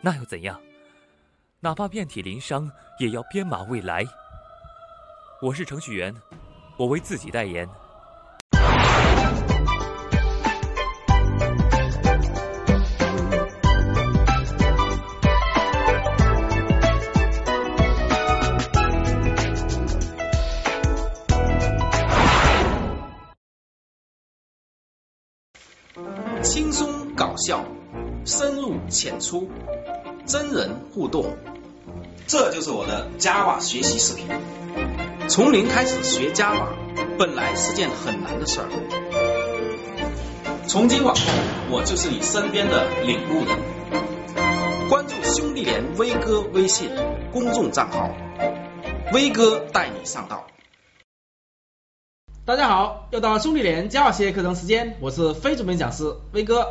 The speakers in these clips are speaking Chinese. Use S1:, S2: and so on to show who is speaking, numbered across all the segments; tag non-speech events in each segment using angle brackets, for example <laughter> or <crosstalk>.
S1: 那又怎样？哪怕遍体鳞伤，也要编码未来。我是程序员，我为自己代言。
S2: 轻松搞笑，深入浅出，真人互动，这就是我的 Java 学习视频。从零开始学 Java，本来是件很难的事儿。从今往后，我就是你身边的领路人。关注兄弟连威哥微信公众账号，威哥带你上道。
S3: 大家好，又到了兄弟连加瓦谢课程时间，我是非主编讲师威哥。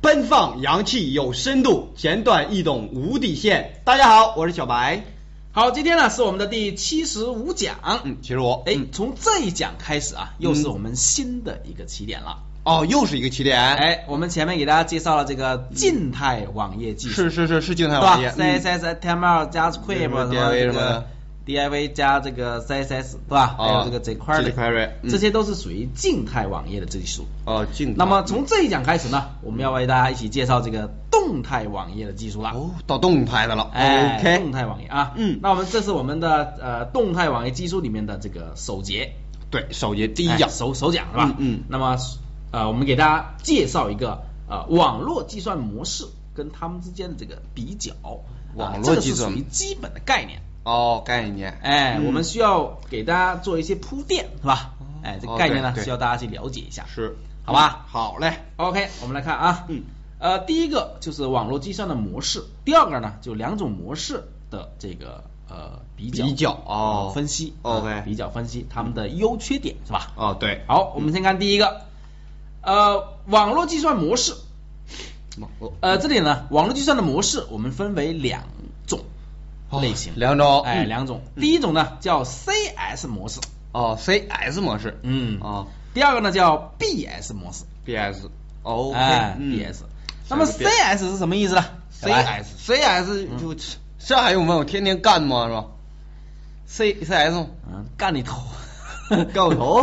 S4: 奔放、洋气、有深度，简短易懂，无底线。大家好，我是小白。
S3: 好，今天呢是我们的第七十五讲，
S4: 嗯，其实我，
S3: 哎
S4: 嗯，
S3: 从这一讲开始啊，又是我们新的一个起点了。
S4: 哦，又是一个起点。，
S3: 哎，我们前面给大家介绍了这个静态网页技术，
S4: 是是是是静态嗯
S3: 对
S4: 网
S3: 吧
S4: 页。
S3: ？CSS、HTML 加 Script
S4: 嗯
S3: 什么
S4: DIY
S3: 这
S4: 什么
S3: 个
S4: 的
S3: DIV 加这个 CSS，对吧？还有
S4: 哦
S3: 这个 jQuery，
S4: jQuery，嗯
S3: 这些都是属于静态网页的技术。
S4: 哦，静态。
S3: 那么从这一讲开始呢，我们要为大家一起介绍这个动态网页的技术了。
S4: 哦，到动态的了。
S3: 哎
S4: OK，
S3: 动态网页啊，
S4: 嗯
S3: 那我们这是我们的呃动态网页技术里面的这个首节，
S4: 对，首页第
S3: 哎
S4: 一讲。
S3: 首首讲是吧？
S4: 嗯嗯
S3: 那么呃，我们给大家介绍一个呃网络计算模式跟它们之间的这个比较，
S4: 网
S3: 啊
S4: 络
S3: 这个
S4: 计
S3: 是
S4: 算
S3: 属于基本的概念。
S4: 哦，概念。
S3: 哎，
S4: 嗯
S3: 我们需要给大家做一些铺垫，是吧？哎，这个
S4: 哦
S3: 概念呢，
S4: 对对
S3: 需要大家去了解一下。
S4: 是，
S3: 好吧
S4: 好嘞。
S3: OK，我们来看啊，
S4: 嗯，
S3: 呃，第一个就是网络计算的模式，第二个呢就两种模式的这个呃比较
S4: 比较哦
S3: 分析
S4: OK
S3: 呃比较分析它们的优缺点是吧？
S4: 哦，对。
S3: 好，我们先看第一个，呃，网络计算模式，
S4: 哦
S3: 呃，这里呢，网络计算的模式我们分为两种类型，
S4: 哦两种
S3: 哎，
S4: 嗯
S3: 两种，
S4: 嗯
S3: 第一种呢叫 CS 模式，
S4: 哦，CS 模式。
S3: 嗯
S4: 哦
S3: 第二个呢叫 BS 模式，
S4: ，BS。OK。
S3: 哎
S4: 嗯
S3: ，BS。那么
S4: 是个 BS
S3: CS 是什么意思呢
S4: CS
S3: 嗯
S4: CS 就这还用问？我天天干吗？是吧？C CS
S3: 嗯，干你头，
S4: <laughs> 干我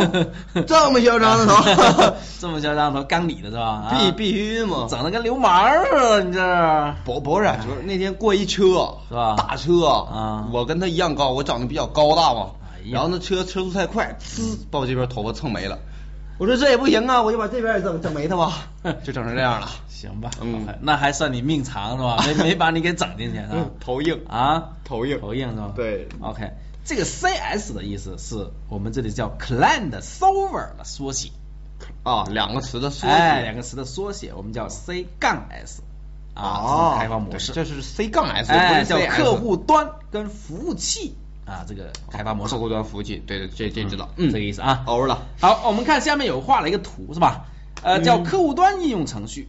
S4: 头
S3: <laughs>
S4: 这么嚣张的头
S3: 这么嚣张的头，干你的是吧？啊
S4: 必必须嘛？
S3: 整的跟流氓似的，你这是
S4: 不不是，就是那天过一车，
S3: 是吧
S4: 大车
S3: 啊
S4: 我跟他一样高，我长得比较高大嘛
S3: 哎，呀
S4: 然后那车车速太快，呲把我这边头发蹭没了。我说这也不行啊，我就把这边也整整没他吧，
S3: <laughs>
S4: 就整成这样了。
S3: 行吧？
S4: 嗯
S3: 那还算你命长是吧？没没把你给整进去是吧？
S4: 头硬
S3: 啊，
S4: 头硬
S3: 头硬是吧？
S4: 对
S3: ，OK，这个 CS 的意思是我们这里叫 client server 的缩写，
S4: 啊，两个词的缩
S3: 哎，两
S4: 写。
S3: 个词的缩写，我们叫 C 杠 S，啊，这
S4: 哦
S3: 是开发模式，
S4: 对这是 C 杠 S，
S3: 哎，
S4: 不
S3: 叫
S4: 是 CS
S3: 客户端跟服务器啊，这个开发模式
S4: 客。户端服务器，对对，这这知道，
S3: 嗯这个意思啊
S4: 欧了。
S3: 好，我们看下面有画了一个图是吧？呃，
S4: 嗯
S3: 叫客户端应用程序，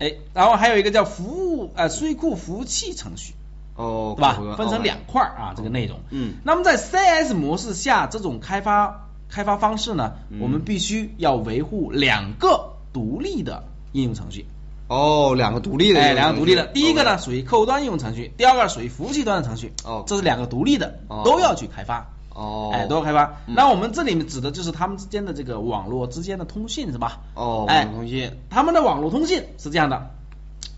S3: 哎，然后还有一个叫服务呃水库服务器程序，
S4: 哦，
S3: 对吧
S4: 客户？端
S3: 分成
S4: 哦
S3: 两块儿啊，这个内容。
S4: 嗯
S3: 那么在 CS 模式下，这种开发开发方式呢，
S4: 嗯
S3: 我们必须要维护两个独立的应用程序。
S4: 哦，两个独立的，
S3: 哎，两个独立的，
S4: OK
S3: 第一个呢属于客户端应用程序，第二个属于服务器端的程序。
S4: 哦
S3: 这是两个独立的，
S4: 哦
S3: 都要去开发。
S4: 哦，
S3: 哎，都要开发。
S4: 嗯
S3: 那我们这里面指的就是他们之间的这个网络之间的通信是吧？
S4: 哦，
S3: 哎
S4: 网络通信，
S3: 他们的网络通信是这样的，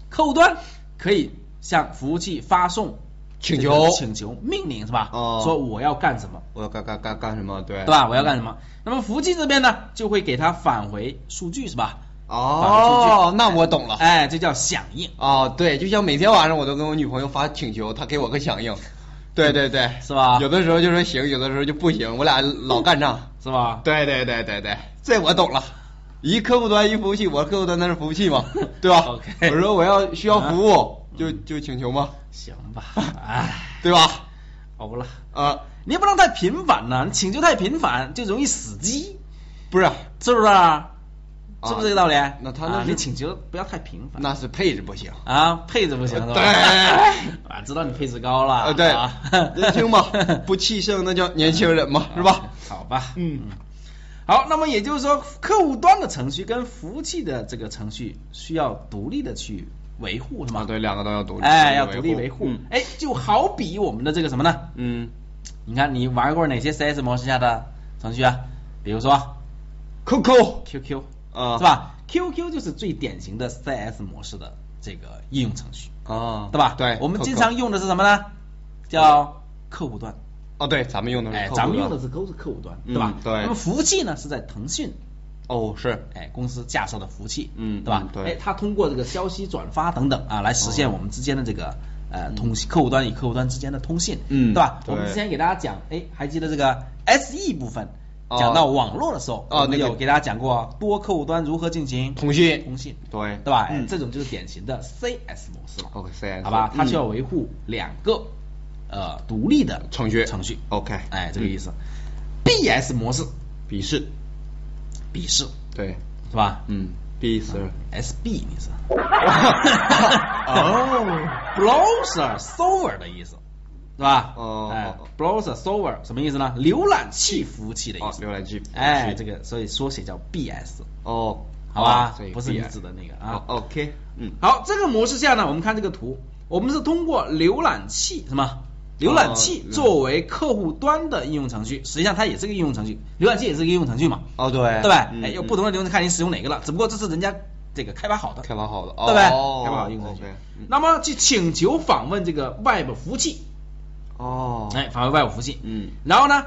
S3: 客户端可以向服务器发送
S4: 请
S3: 这个
S4: 求
S3: 请求命令是吧？
S4: 哦
S3: 说我要干什么，
S4: 我要干干干干什么？对，
S3: 对吧？我要干什么？那么服务器这边呢，就会给他返回数据是吧？返回数
S4: 哦
S3: 据，
S4: 那我懂了。
S3: 哎，这叫响应
S4: 哦，对，就像每天晚上我都跟我女朋友发请求，她给我个响应。对对对，
S3: 是吧
S4: 有的时候就说行，有的时候就不行，我俩老干仗。
S3: 是吧？
S4: 对对对对对，这我懂了。
S3: <laughs>
S4: 一客户端一服务器，我客户端那是服务器嘛，对吧
S3: OK 啊
S4: 我说我要需要服务，就就请求嘛，
S3: 行吧，哎，
S4: 对吧？
S3: 欧了，
S4: 啊，
S3: 你也不能太频繁呐、你请求太频繁就容易死机，
S4: 不是，
S3: 是不是啊？是不是这个道理？
S4: 那他那
S3: 啊
S4: 是
S3: 你请求不要太频繁
S4: 那是配置不行。
S3: 啊，配置不行是吧？
S4: 对
S3: <laughs> 啊，知道你配置高了，
S4: 啊，对
S3: 啊，
S4: 年轻
S3: <laughs>
S4: 嘛，不气盛那叫年轻人嘛，是吧？
S3: 好吧，
S4: 嗯。
S3: 好，那么也就是说，客户端的程序跟服务器的这个程序需要独立的去维护，是吗？
S4: 啊，对，两个都要独立，
S3: 哎，要独立维护
S4: 嗯。
S3: 哎，就好比我们的这个什么呢？
S4: 嗯，
S3: 你看你玩过哪些 CS 模式下的程序啊？比如说
S4: QQ
S3: QQ，
S4: 啊，
S3: 是？吧？QQ 就是最典型的 CS 模式的这个应用程序，
S4: 啊，
S3: 对吧？
S4: 对，
S3: 我们
S4: QQ
S3: 经常用的是什么呢？叫客户端。
S4: 哦，对，咱们用的是
S3: 哎，
S4: 客户
S3: 咱们
S4: 端
S3: 用的是都是客户端，
S4: 嗯
S3: 对吧？
S4: 对
S3: 那么服务器呢是在腾讯，
S4: 哦是，
S3: 哎，公司架设的服务器，
S4: 嗯
S3: 对吧
S4: 嗯？对哦
S3: 哎，它通过这个消息转发等等啊，来实现我们之间的这个呃通信，客户端与客户端之间的通信，
S4: 嗯
S3: 对吧？
S4: 对
S3: 我们之前给大家讲，哎，还记得这个 SE 部分
S4: 哦
S3: 讲到网络的时候，
S4: 哦
S3: 我们
S4: 那个
S3: 有给大家讲过多客户端如何进行
S4: 通信
S3: 通信，
S4: 对
S3: 对吧？哎
S4: 嗯
S3: 这种就是典型的 CS 模式了。
S4: OK CS，
S3: 好吧，它需要
S4: 嗯
S3: 维护两个呃独立的
S4: 程序
S3: 程序。
S4: OK，
S3: 哎，这个意思。BS 模式，
S4: 嗯笔试，
S3: 笔试
S4: 对，
S3: 是吧？
S4: 嗯，笔试，
S3: SB 你是
S4: <laughs> 哦，
S3: browser server 的意思，是吧？
S4: 哦
S3: 哎
S4: 哦哦
S3: ，browser server 什么意思呢？浏览器服务器的意
S4: 哦
S3: 思。
S4: 浏览器服务器
S3: 哎，这个所以缩写叫 BS，
S4: 哦，
S3: 好吧
S4: 哦所以？
S3: 不是你
S4: BS
S3: 指的那个
S4: 哦
S3: 啊。
S4: ，OK，嗯，
S3: 好，这个模式下呢，我们看这个图，我们是通过浏览器什么？浏览器
S4: 哦
S3: 作为客户端的应用程序，实际上它也是个应用程序，浏览器也是个应用程序嘛。
S4: 哦对，
S3: 对吧？
S4: 嗯
S3: 哎，有
S4: 嗯
S3: 不同的流程看你使用哪个了，只不过这是人家这个开发好的，
S4: 开发好的，
S3: 对不对？
S4: 哦
S3: 开发好的应用程序
S4: OK，嗯。
S3: 那么去请求访问这个 Web 服务器，
S4: 哦，
S3: 哎，访问 Web 服务器，
S4: 嗯，
S3: 然后呢，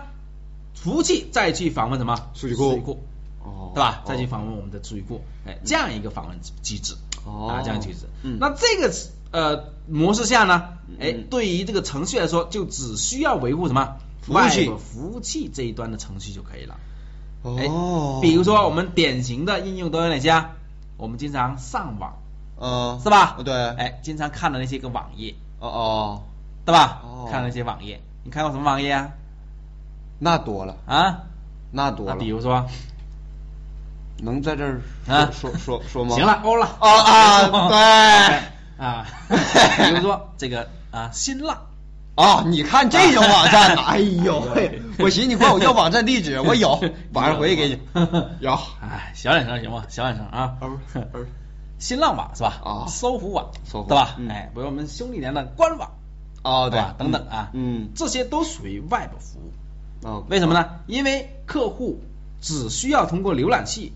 S3: 服务器再去访问什么？
S4: 数据库
S3: 数据库，
S4: 哦，
S3: 对吧？
S4: 哦嗯
S3: 再去访问我们的数据库，哎，这样一个访问机制，
S4: 哦
S3: 啊，这样机制。
S4: 嗯
S3: 那这个呃模式下呢，哎
S4: 嗯，
S3: 对于这个程序来说，就只需要维护什么
S4: 服务器
S3: Web 服务器这一端的程序就可以了。哎
S4: 哦，
S3: 比如说我们典型的应用都有哪些啊？我们经常上网，
S4: 嗯，
S3: 是吧？
S4: 对，
S3: 哎，经常看的那些个网页，
S4: 哦哦，
S3: 对吧？
S4: 哦
S3: 看的那些网页，你看过什么网页啊？
S4: 那多了，
S3: 啊？
S4: 那多
S3: 那
S4: 了，
S3: 比如说
S4: 能在这儿
S3: 啊，
S4: 说说说说吗？
S3: 行了，哦欧了。
S4: 啊啊，
S3: <laughs>
S4: 对。 <laughs>
S3: 啊，比如说这个啊，新浪，
S4: 啊，你看这种网 <laughs> 站的，哎呦喂！我寻思你管我要网站地 <laughs> 址，我
S3: <laughs>
S4: 有，晚上回去给你。 <laughs> 有，
S3: 哎，小点声行吗？小点声啊。
S4: <laughs> 二二
S3: <laughs> 新浪网是吧？
S4: 啊
S3: 搜狐网，
S4: 搜狐
S3: 对吧？
S4: 嗯
S3: 哎，比如我们兄弟连的官网，
S4: 哦
S3: 对
S4: 对
S3: 吧？，等等啊，
S4: 嗯，
S3: 这些都属于 Web 服务。
S4: 哦
S3: 为什么呢？因为客户只需要通过浏览器，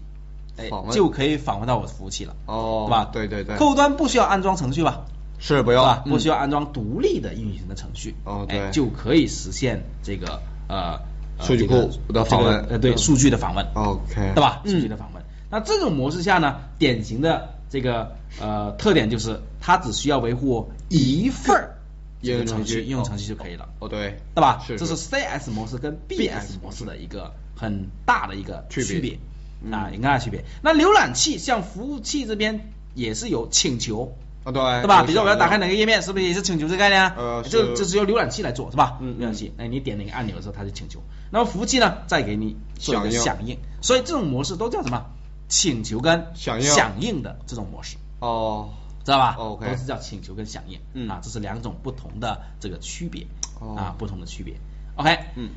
S3: 哎
S4: 访，问
S3: 就可以访问到我的服务器了，
S4: 哦，
S3: 对吧？
S4: 对对对，
S3: 客户端不需要安装程序吧？
S4: 是不
S3: 不
S4: 用
S3: 吧？
S4: 嗯
S3: 不需要安装独立的运行的程序，
S4: 哦
S3: 哎
S4: 对
S3: 就可以实现这个呃呃
S4: 数据
S3: 这个
S4: 库的访问
S3: 这个呃，对，数据的访问，
S4: OK，
S3: 对吧？
S4: 嗯
S3: 数据的访问。那这种模式下呢，典型的这个呃特点就是它只需要维护一份儿
S4: 应用
S3: 这个程
S4: 程序
S3: 应用程序就可以了。
S4: 哦对，
S3: 对吧？
S4: 是
S3: 这是 CS 模式跟 BS 模式的一个很大的一个
S4: 区别
S3: 区别
S4: 嗯
S3: 啊，很大的区别。那浏览器像服务器这边也是有请求。
S4: 哦对，
S3: 对吧？比如说我要打开哪个页面，是不是也是请求这个概念啊？
S4: 呃是
S3: 这这只有浏览器来做，是吧？
S4: 嗯嗯
S3: 浏览器，哎，你点哪个按钮的时候，它就请求。那么服务器呢，再给你做一个
S4: 响应
S3: 响应。所以这种模式都叫什么？请求跟
S4: 响应
S3: 响应的这种模式。
S4: 哦
S3: 知道吧
S4: OK
S3: 都是叫请求跟响应，
S4: 嗯
S3: 啊，这是两种不同的这个区别，
S4: 哦
S3: 啊，不同的区别。OK，
S4: 嗯，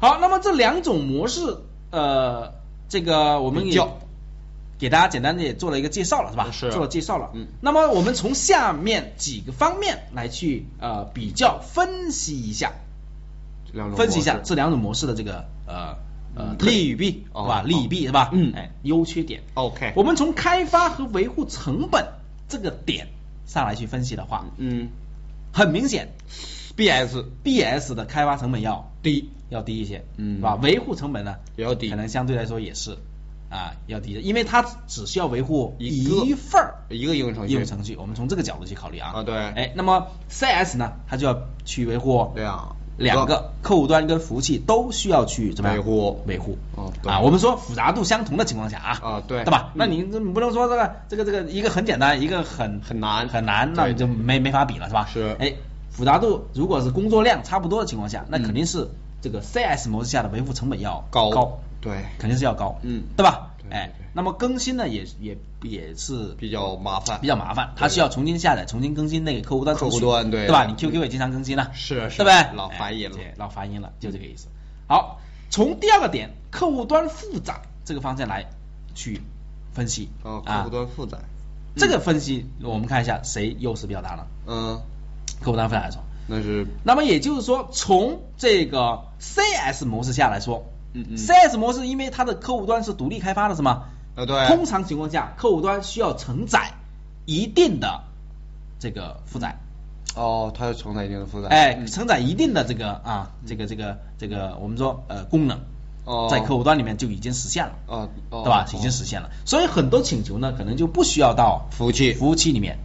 S3: 好，那么这两种模式，呃，这个我们
S4: 比
S3: 也
S4: 较
S3: 给大家简单的也做了一个介绍了，是吧？
S4: 是
S3: 做了介绍了。
S4: 嗯，
S3: 那么我们从下面几个方面来去呃比较分析一下，
S4: 这两种
S3: 分析一下
S4: 模式
S3: 这两种模式的这个呃呃
S4: 嗯
S3: 利与弊，
S4: 哦
S3: 是吧？
S4: 哦
S3: 利与弊是吧？
S4: 嗯
S3: 哎，优缺点。
S4: OK，
S3: 我们从开发和维护成本这个点上来去分析的话，
S4: 嗯
S3: 很明显
S4: ，BS
S3: ，BS 的开发成本要
S4: 低
S3: 要低一些，
S4: 嗯
S3: 是吧？维护成本呢
S4: 也要低
S3: 可能相对来说也是啊要低的，因为它只需要维护
S4: 一个
S3: 一份儿
S4: 一个应用程
S3: 应
S4: 序
S3: 用程序，我们从这个角度去考虑啊。
S4: 啊对
S3: 哎，那么 CS 呢，它就要去维护
S4: 对啊
S3: 两个客户端跟服务器都需要去怎么样
S4: 维护
S3: 维护
S4: 哦对
S3: 啊，我们说复杂度相同的情况下啊
S4: 啊对
S3: 对吧？那你你不能说这个这个这个一个很简单，一个很
S4: 很难
S3: 很难，那
S4: 对
S3: 你就没没法比了是吧？
S4: 是
S3: 哎，复杂度如果是工作量差不多的情况下，那
S4: 嗯
S3: 肯定是这个 CS 模式下的维护成本要
S4: 高
S3: 高，
S4: 对
S3: 肯定是要高，
S4: 嗯
S3: 对吧
S4: 对？对
S3: 哎
S4: 对，
S3: 那么更新呢也也也是
S4: 比较麻烦，
S3: 比较麻烦，它需要重新下载、重新更新那个客户端程序
S4: 客户端对
S3: 对吧？
S4: 嗯
S3: 你 QQ 也经常更新了，
S4: 是是
S3: 对不对？
S4: 老烦人了
S3: 哎对老烦人了，就这个意思。好，从第二个点，客户端复杂这个方向来去分析
S4: 哦，客
S3: 啊
S4: 户，端负载，
S3: 这个分析我们看一下谁优势比较大呢？
S4: 嗯，
S3: 客户端复杂来说，
S4: 那是
S3: 那么也就是说，从这个 CS 模式下来说，
S4: 嗯嗯
S3: CS 模式因为它的客户端是独立开发的，是吗？
S4: 啊对
S3: 通常情况下，客户端需要承载一定的这个负载，
S4: 哦，它承载一定的负载，
S3: 哎，
S4: 嗯
S3: 承载一定的这个啊，这个这个这个，我们说呃功能
S4: 哦，
S3: 在客户端里面就已经实现了，
S4: 哦哦
S3: 对吧？
S4: 哦
S3: 已经实现了，所以很多请求呢，可能就不需要到
S4: 服务器
S3: 服务器里面，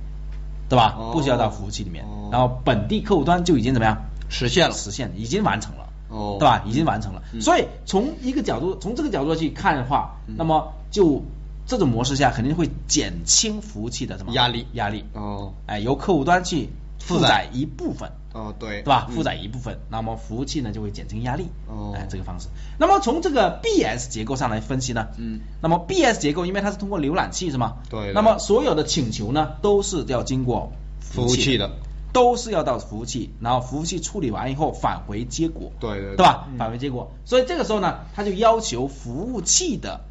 S3: 对吧
S4: 哦？
S3: 不需要到服务器里面
S4: 哦，
S3: 然后本地客户端就已经怎么样？
S4: 实现了，
S3: 实现已经完成了，
S4: 哦
S3: 对吧？已经完成了。
S4: 嗯
S3: 所以从一个角度，从这个角度去看的话，那么就这种模式下，肯定会减轻服务器的什么
S4: 压力
S3: 压力，
S4: 哦
S3: 哎，由客户端去
S4: 负
S3: 负
S4: 载
S3: 载一部分，
S4: 哦对，
S3: 对吧？
S4: 嗯
S3: 负载一部分，那么服务器呢就会减轻压力，
S4: 哦
S3: 哎，这个方式。那么从这个 BS 结构上来分析呢，
S4: 嗯，
S3: 那么 BS 结构因为它是通过浏览器是吗？
S4: 对的
S3: 那么所有的请求呢都是要经过
S4: 服务器的，
S3: 都是要到服务器，然后服务器处理完以后返回结果，
S4: 对对对
S3: 对吧？返回结果，所以这个时候呢，它就要求服务器的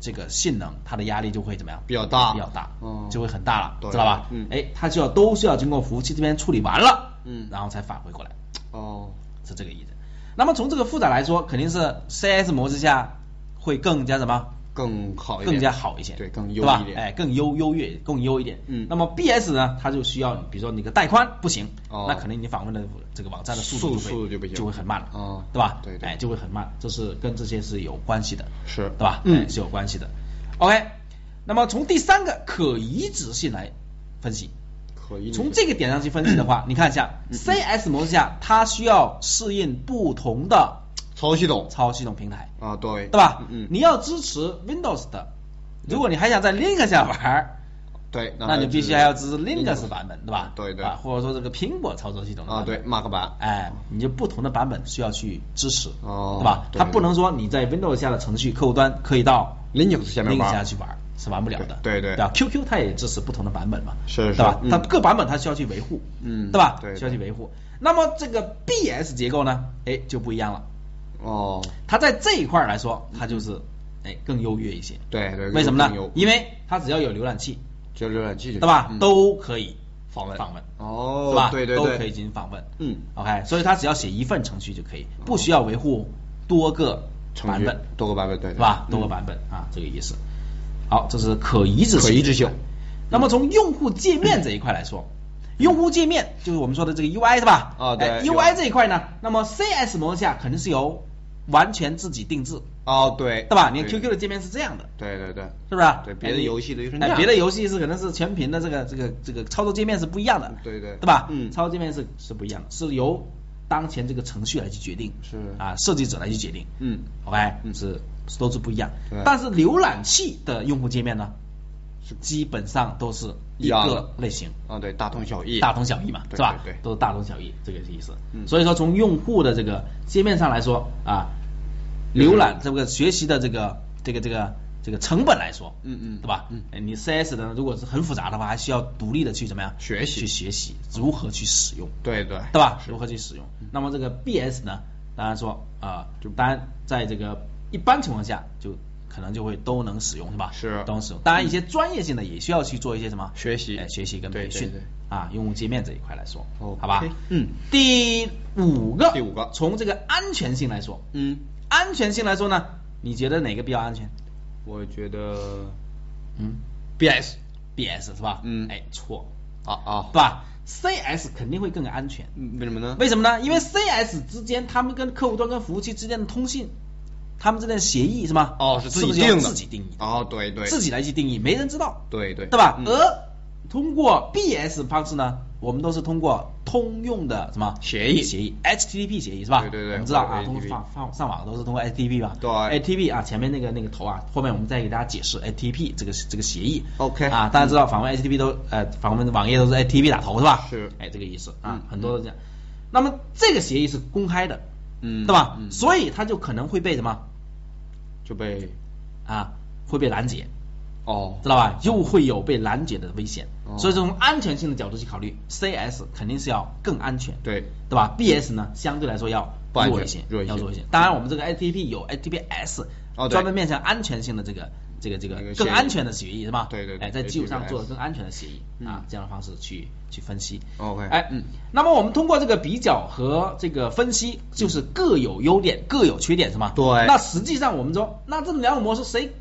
S3: 这个性能，它的压力就会怎么样？
S4: 比较大
S3: 比较大，
S4: 哦
S3: 就会很大了，
S4: 对
S3: 知道吧？
S4: 嗯
S3: 哎，它就要都是要经过服务器这边处理完了，
S4: 嗯
S3: 然后才返回过来，
S4: 哦
S3: 是这个意思。那么从这个负载来说，肯定是 CS 模式下会更加什么？
S4: 更好一点，
S3: 更加好一些，
S4: 对更优
S3: 对吧
S4: 一点，
S3: 哎，更优优越，更优一点。
S4: 嗯
S3: 那么 BS 呢，它就需要，比如说你个带宽不行，
S4: 哦
S3: 那可能你访问的这个网站的速
S4: 速
S3: 度
S4: 速度就
S3: 就
S4: 不
S3: 会
S4: 行
S3: 就会很慢了，
S4: 哦
S3: 对吧？
S4: 对对
S3: 哎，就会很慢，这是跟这些是有关系的，
S4: 是
S3: 对吧？
S4: 嗯
S3: 哎是有关系的。OK，那么从第三个可移植性来分析，
S4: 可以理解，
S3: 从这个点上去分析的
S4: <coughs>
S3: 话，你看一下
S4: 嗯
S3: CS 模式下，它需要适应不同的
S4: 操系统
S3: 操系统平台。
S4: 啊对，
S3: 对吧？
S4: 嗯嗯
S3: 你要支持 Windows 的，如果你还想在 Linux 下玩儿，
S4: 对，
S3: 那
S4: 就
S3: 你必须
S4: 是
S3: 还要支持 Linux 版本，对吧？
S4: 对对
S3: 啊，或者说这个苹果操作系统的
S4: 啊
S3: 版本
S4: 对，，Mac 版
S3: 哎，你就不同的版本需要去支持，
S4: 哦
S3: 对吧？
S4: 对
S3: 它不能说你在 Windows 下的程序客户端可以到
S4: Linux 下面
S3: Linux
S4: 玩
S3: 下去玩儿。是玩不了的，
S4: 对对对
S3: 对吧？QQ 它也支持不同的版本嘛，
S4: 是是
S3: 对吧
S4: 嗯？
S3: 它各版本它需要去维护，
S4: 嗯
S3: 对吧？
S4: 对对
S3: 需要去维护。那么这个 BS 结构呢，哎就不一样了，
S4: 哦
S3: 它在这一块儿来说，它就是哎更优越一些。
S4: 对嗯对，
S3: 为什么
S4: 更
S3: 呢
S4: 优？
S3: 因为它只要有浏览器，
S4: 就浏览器就
S3: 对吧，
S4: 行嗯
S3: 都可以
S4: 访问
S3: 访问，
S4: 哦
S3: 对吧？
S4: 对对
S3: 都
S4: 对
S3: 可以进行访问。
S4: 嗯
S3: ，OK，所以它只要写一份程序就可以，不需要维护多个
S4: 程
S3: 版
S4: 序
S3: 本，
S4: 多个版本对
S3: 对
S4: 对
S3: 吧？
S4: 嗯
S3: 多个版本啊，这个意思。好，这是可移植
S4: 可
S3: 性
S4: 移植性。
S3: 那么从用户界面这一块来说，用户界面就是我们说的这个 UI 是吧？
S4: 啊嗯对
S3: 哎
S4: UI
S3: ，UI 这一块呢，那么 CS 模式下肯定是由完全自己定制，
S4: 哦对，
S3: 对吧？你看
S4: 对
S3: QQ 的界面是这样的，
S4: 对对对
S3: 是不是？
S4: 对别的
S3: 哎你
S4: 游戏的就是那
S3: 哎
S4: 样
S3: 别的游戏是可能是全屏的这个这个这个操作界面是不一样的，
S4: 对对
S3: 对吧？
S4: 嗯
S3: 操作界面是是不一样的，是由当前这个程序来去决定，
S4: 是
S3: 啊，设计者来去决定，
S4: 嗯
S3: ，OK，
S4: 嗯
S3: 是是都是不一样
S4: 对。
S3: 但是浏览器的用户界面呢
S4: 是，
S3: 基本上都是
S4: 一
S3: 一
S4: 样的
S3: 个类型，
S4: 啊对大同小异
S3: 大同小异嘛，
S4: 对
S3: 是吧？
S4: 对对
S3: 都是大同小异，这个是意思。
S4: 嗯
S3: 所以说从用户的这个界面上来说啊，
S4: 就是
S3: 浏览这个学习的这个这个这个这个成本来说，
S4: 嗯嗯
S3: 对吧？
S4: 嗯
S3: 哎，你 CS 的如果是很复杂的话，还需要独立的去怎么样
S4: 学习
S3: 去学习如何去使用，
S4: 对对
S3: 对吧？如何去使用？那么这个 BS 呢，当然说
S4: 嗯
S3: 啊、
S4: 就
S3: 当然在这个一般情况下就。可能就会都能使用是吧？
S4: 是
S3: 都能使用。当然，一些专业性的也需要去做一些什么
S4: 学习
S3: 哎学习跟
S4: 对
S3: 培
S4: 对
S3: 训
S4: 对
S3: 啊，用户界面这一块来说
S4: OK，
S3: 好吧？
S4: 嗯，
S3: 第五个，
S4: 第五个
S3: 从这个安全性来说，
S4: 嗯，
S3: 安全性来说呢，你觉得哪个比较安全？
S4: 我觉得
S3: 嗯
S4: BS
S3: ，BS 是吧？
S4: 嗯
S3: 哎，错，
S4: 啊啊
S3: 对，吧？CS 肯定会更安全，
S4: 嗯为什么呢？
S3: 为什么呢？因为 CS 之间，他们跟客户端跟服务器之间的通信，他们之间的协议是吗？
S4: 哦是自
S3: 不
S4: 己
S3: 是由
S4: 定的
S3: 自己定义的，
S4: 哦对对
S3: 自己来去定义，没人知道。
S4: 对对
S3: 对吧？
S4: 嗯
S3: 而通过 BS 方式呢，我们都是通过通用的什么
S4: 协议
S3: 协议 HTTP 协议是吧？
S4: 对对对
S3: 我们知道
S4: 或
S3: 啊，
S4: 者
S3: 通
S4: HTTP
S3: 上上上网都是通过 HTTP 吧？
S4: 对
S3: ，HTTP 啊，前面那个那个头啊，后面我们再给大家解释 HTTP 这个这个协议。
S4: OK 嗯
S3: 啊，大家知道访问 HTTP 都呃访问网页都是 HTTP 打头是吧？
S4: 是
S3: 哎，这个意思啊
S4: 嗯，
S3: 很多都这样。那么这个协议是公开的，
S4: 嗯
S3: 对吧？
S4: 嗯
S3: 所以它就可能会被什么
S4: 就被
S3: 啊？会被拦截。
S4: 哦
S3: 知道吧？又会有被拦截的危险。
S4: 哦
S3: 所以从安全性的角度去考虑，CS 肯定是要更安全，
S4: 对
S3: 对吧？BS 呢，相对来说要
S4: 不安全
S3: 弱一些，
S4: 弱一些
S3: 要弱一些。当然，我们这个 HTTP 有 HTTPS，、
S4: 哦对
S3: 专门面向安全性的这个这个这
S4: 那
S3: 个
S4: 个协
S3: 更
S4: 议
S3: 安全的协议是吧？
S4: 对对对
S3: 哎，在基础上
S4: HTTPS
S3: 做更安全的协议、
S4: 嗯
S3: 啊，这样的方式去去分析。
S4: OK
S3: 哎，嗯，那么我们通过这个比较和这个分析，就是各有优点，各有缺点，是吗？
S4: 对
S3: 那实际上我们说，那这两种模式谁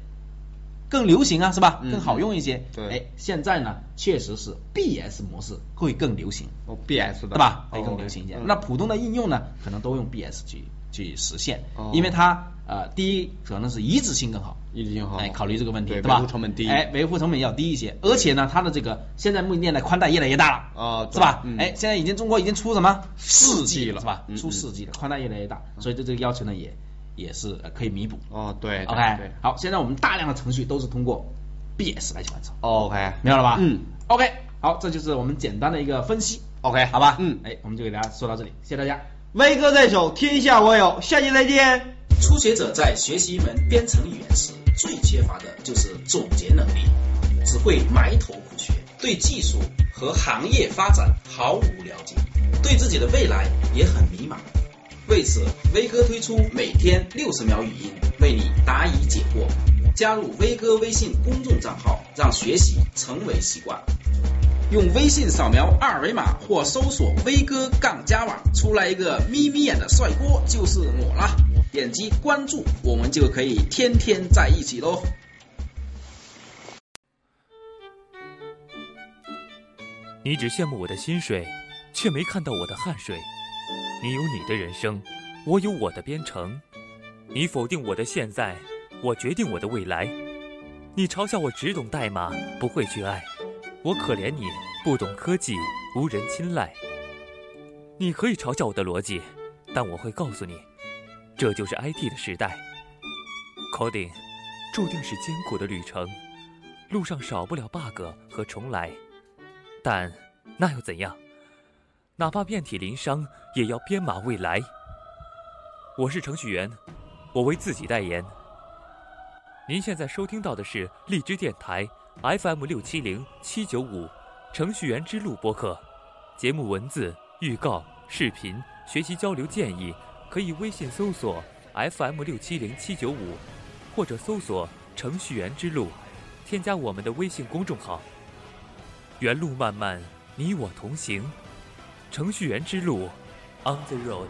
S3: 更流行啊？是吧？
S4: 嗯
S3: 更好用一些。
S4: 对
S3: 哎，现在呢，确实是 BS 模式会更流行，
S4: 哦 BS 的
S3: 对吧？
S4: 哦
S3: 会更流行一些。
S4: 嗯
S3: 那普通的应用呢，可能都用 BS 去去实现，
S4: 哦
S3: 因为它呃，第一可能是一致性更好。
S4: 一定好
S3: 哎，考虑这个问
S4: 哦
S3: 题，
S4: 对
S3: 对吧？
S4: 维护成本低
S3: 哎，维护成本要低一些，而且呢，它的这个现在供应链的宽带越来越大了，
S4: 哦对
S3: 是吧？
S4: 嗯
S3: 哎，现在已经中国已经出什么
S4: 四 G
S3: 4G
S4: 了
S3: 是吧
S4: 嗯？
S3: 出四 G 了，宽带越来越大，所以对这个要求呢也也是呃可以弥补。
S4: 哦对对
S3: OK，
S4: 对
S3: 好，现在我们大量的程序都是通过 BS 来去
S4: 嗯
S3: 完成，
S4: OK
S3: 明白了吧？
S4: 嗯
S3: ，OK，好，这就是我们简单的一个分析，
S4: OK
S3: 好吧？
S4: 嗯
S3: 哎，我们就给大家说到这里，谢谢大家。
S4: 威哥在手，天下我有，下期再见。
S2: 初学者在学习一门编程语言时，最缺乏的就是总结能力，只会埋头苦学，对技术和行业发展毫无了解，对自己的未来也很迷茫。为此，威哥推出每天六十秒语音，为你答疑解惑。加入威哥微信公众账号，让学习成为习惯。用微信扫描二维码或搜索“威哥杠 Java”，出来一个眯眯眼的帅哥就是我啦！点击关注，我们就可以天天在一起喽。
S1: 你只羡慕我的薪水，却没看到我的汗水。你有你的人生，我有我的编程。你否定我的现在，我决定我的未来。你嘲笑我只懂代码，不会去爱。我可怜你不懂科技，无人青睐。你可以嘲笑我的逻辑，但我会告诉你，这就是 IT 的时代。Coding 注定是艰苦的旅程，路上少不了 bug 和重来。但那又怎样？哪怕遍体鳞伤，也要编码未来。我是程序员，我为自己代言。您现在收听到的是荔枝电台 FM 六七零七九五《程序员之路》播客，节目文字、预告、视频、学习交流建议，可以微信搜索 FM 六七零七九五，或者搜索“程序员之路”，添加我们的微信公众号。原路漫漫，你我同行，程序员之路，On the Road。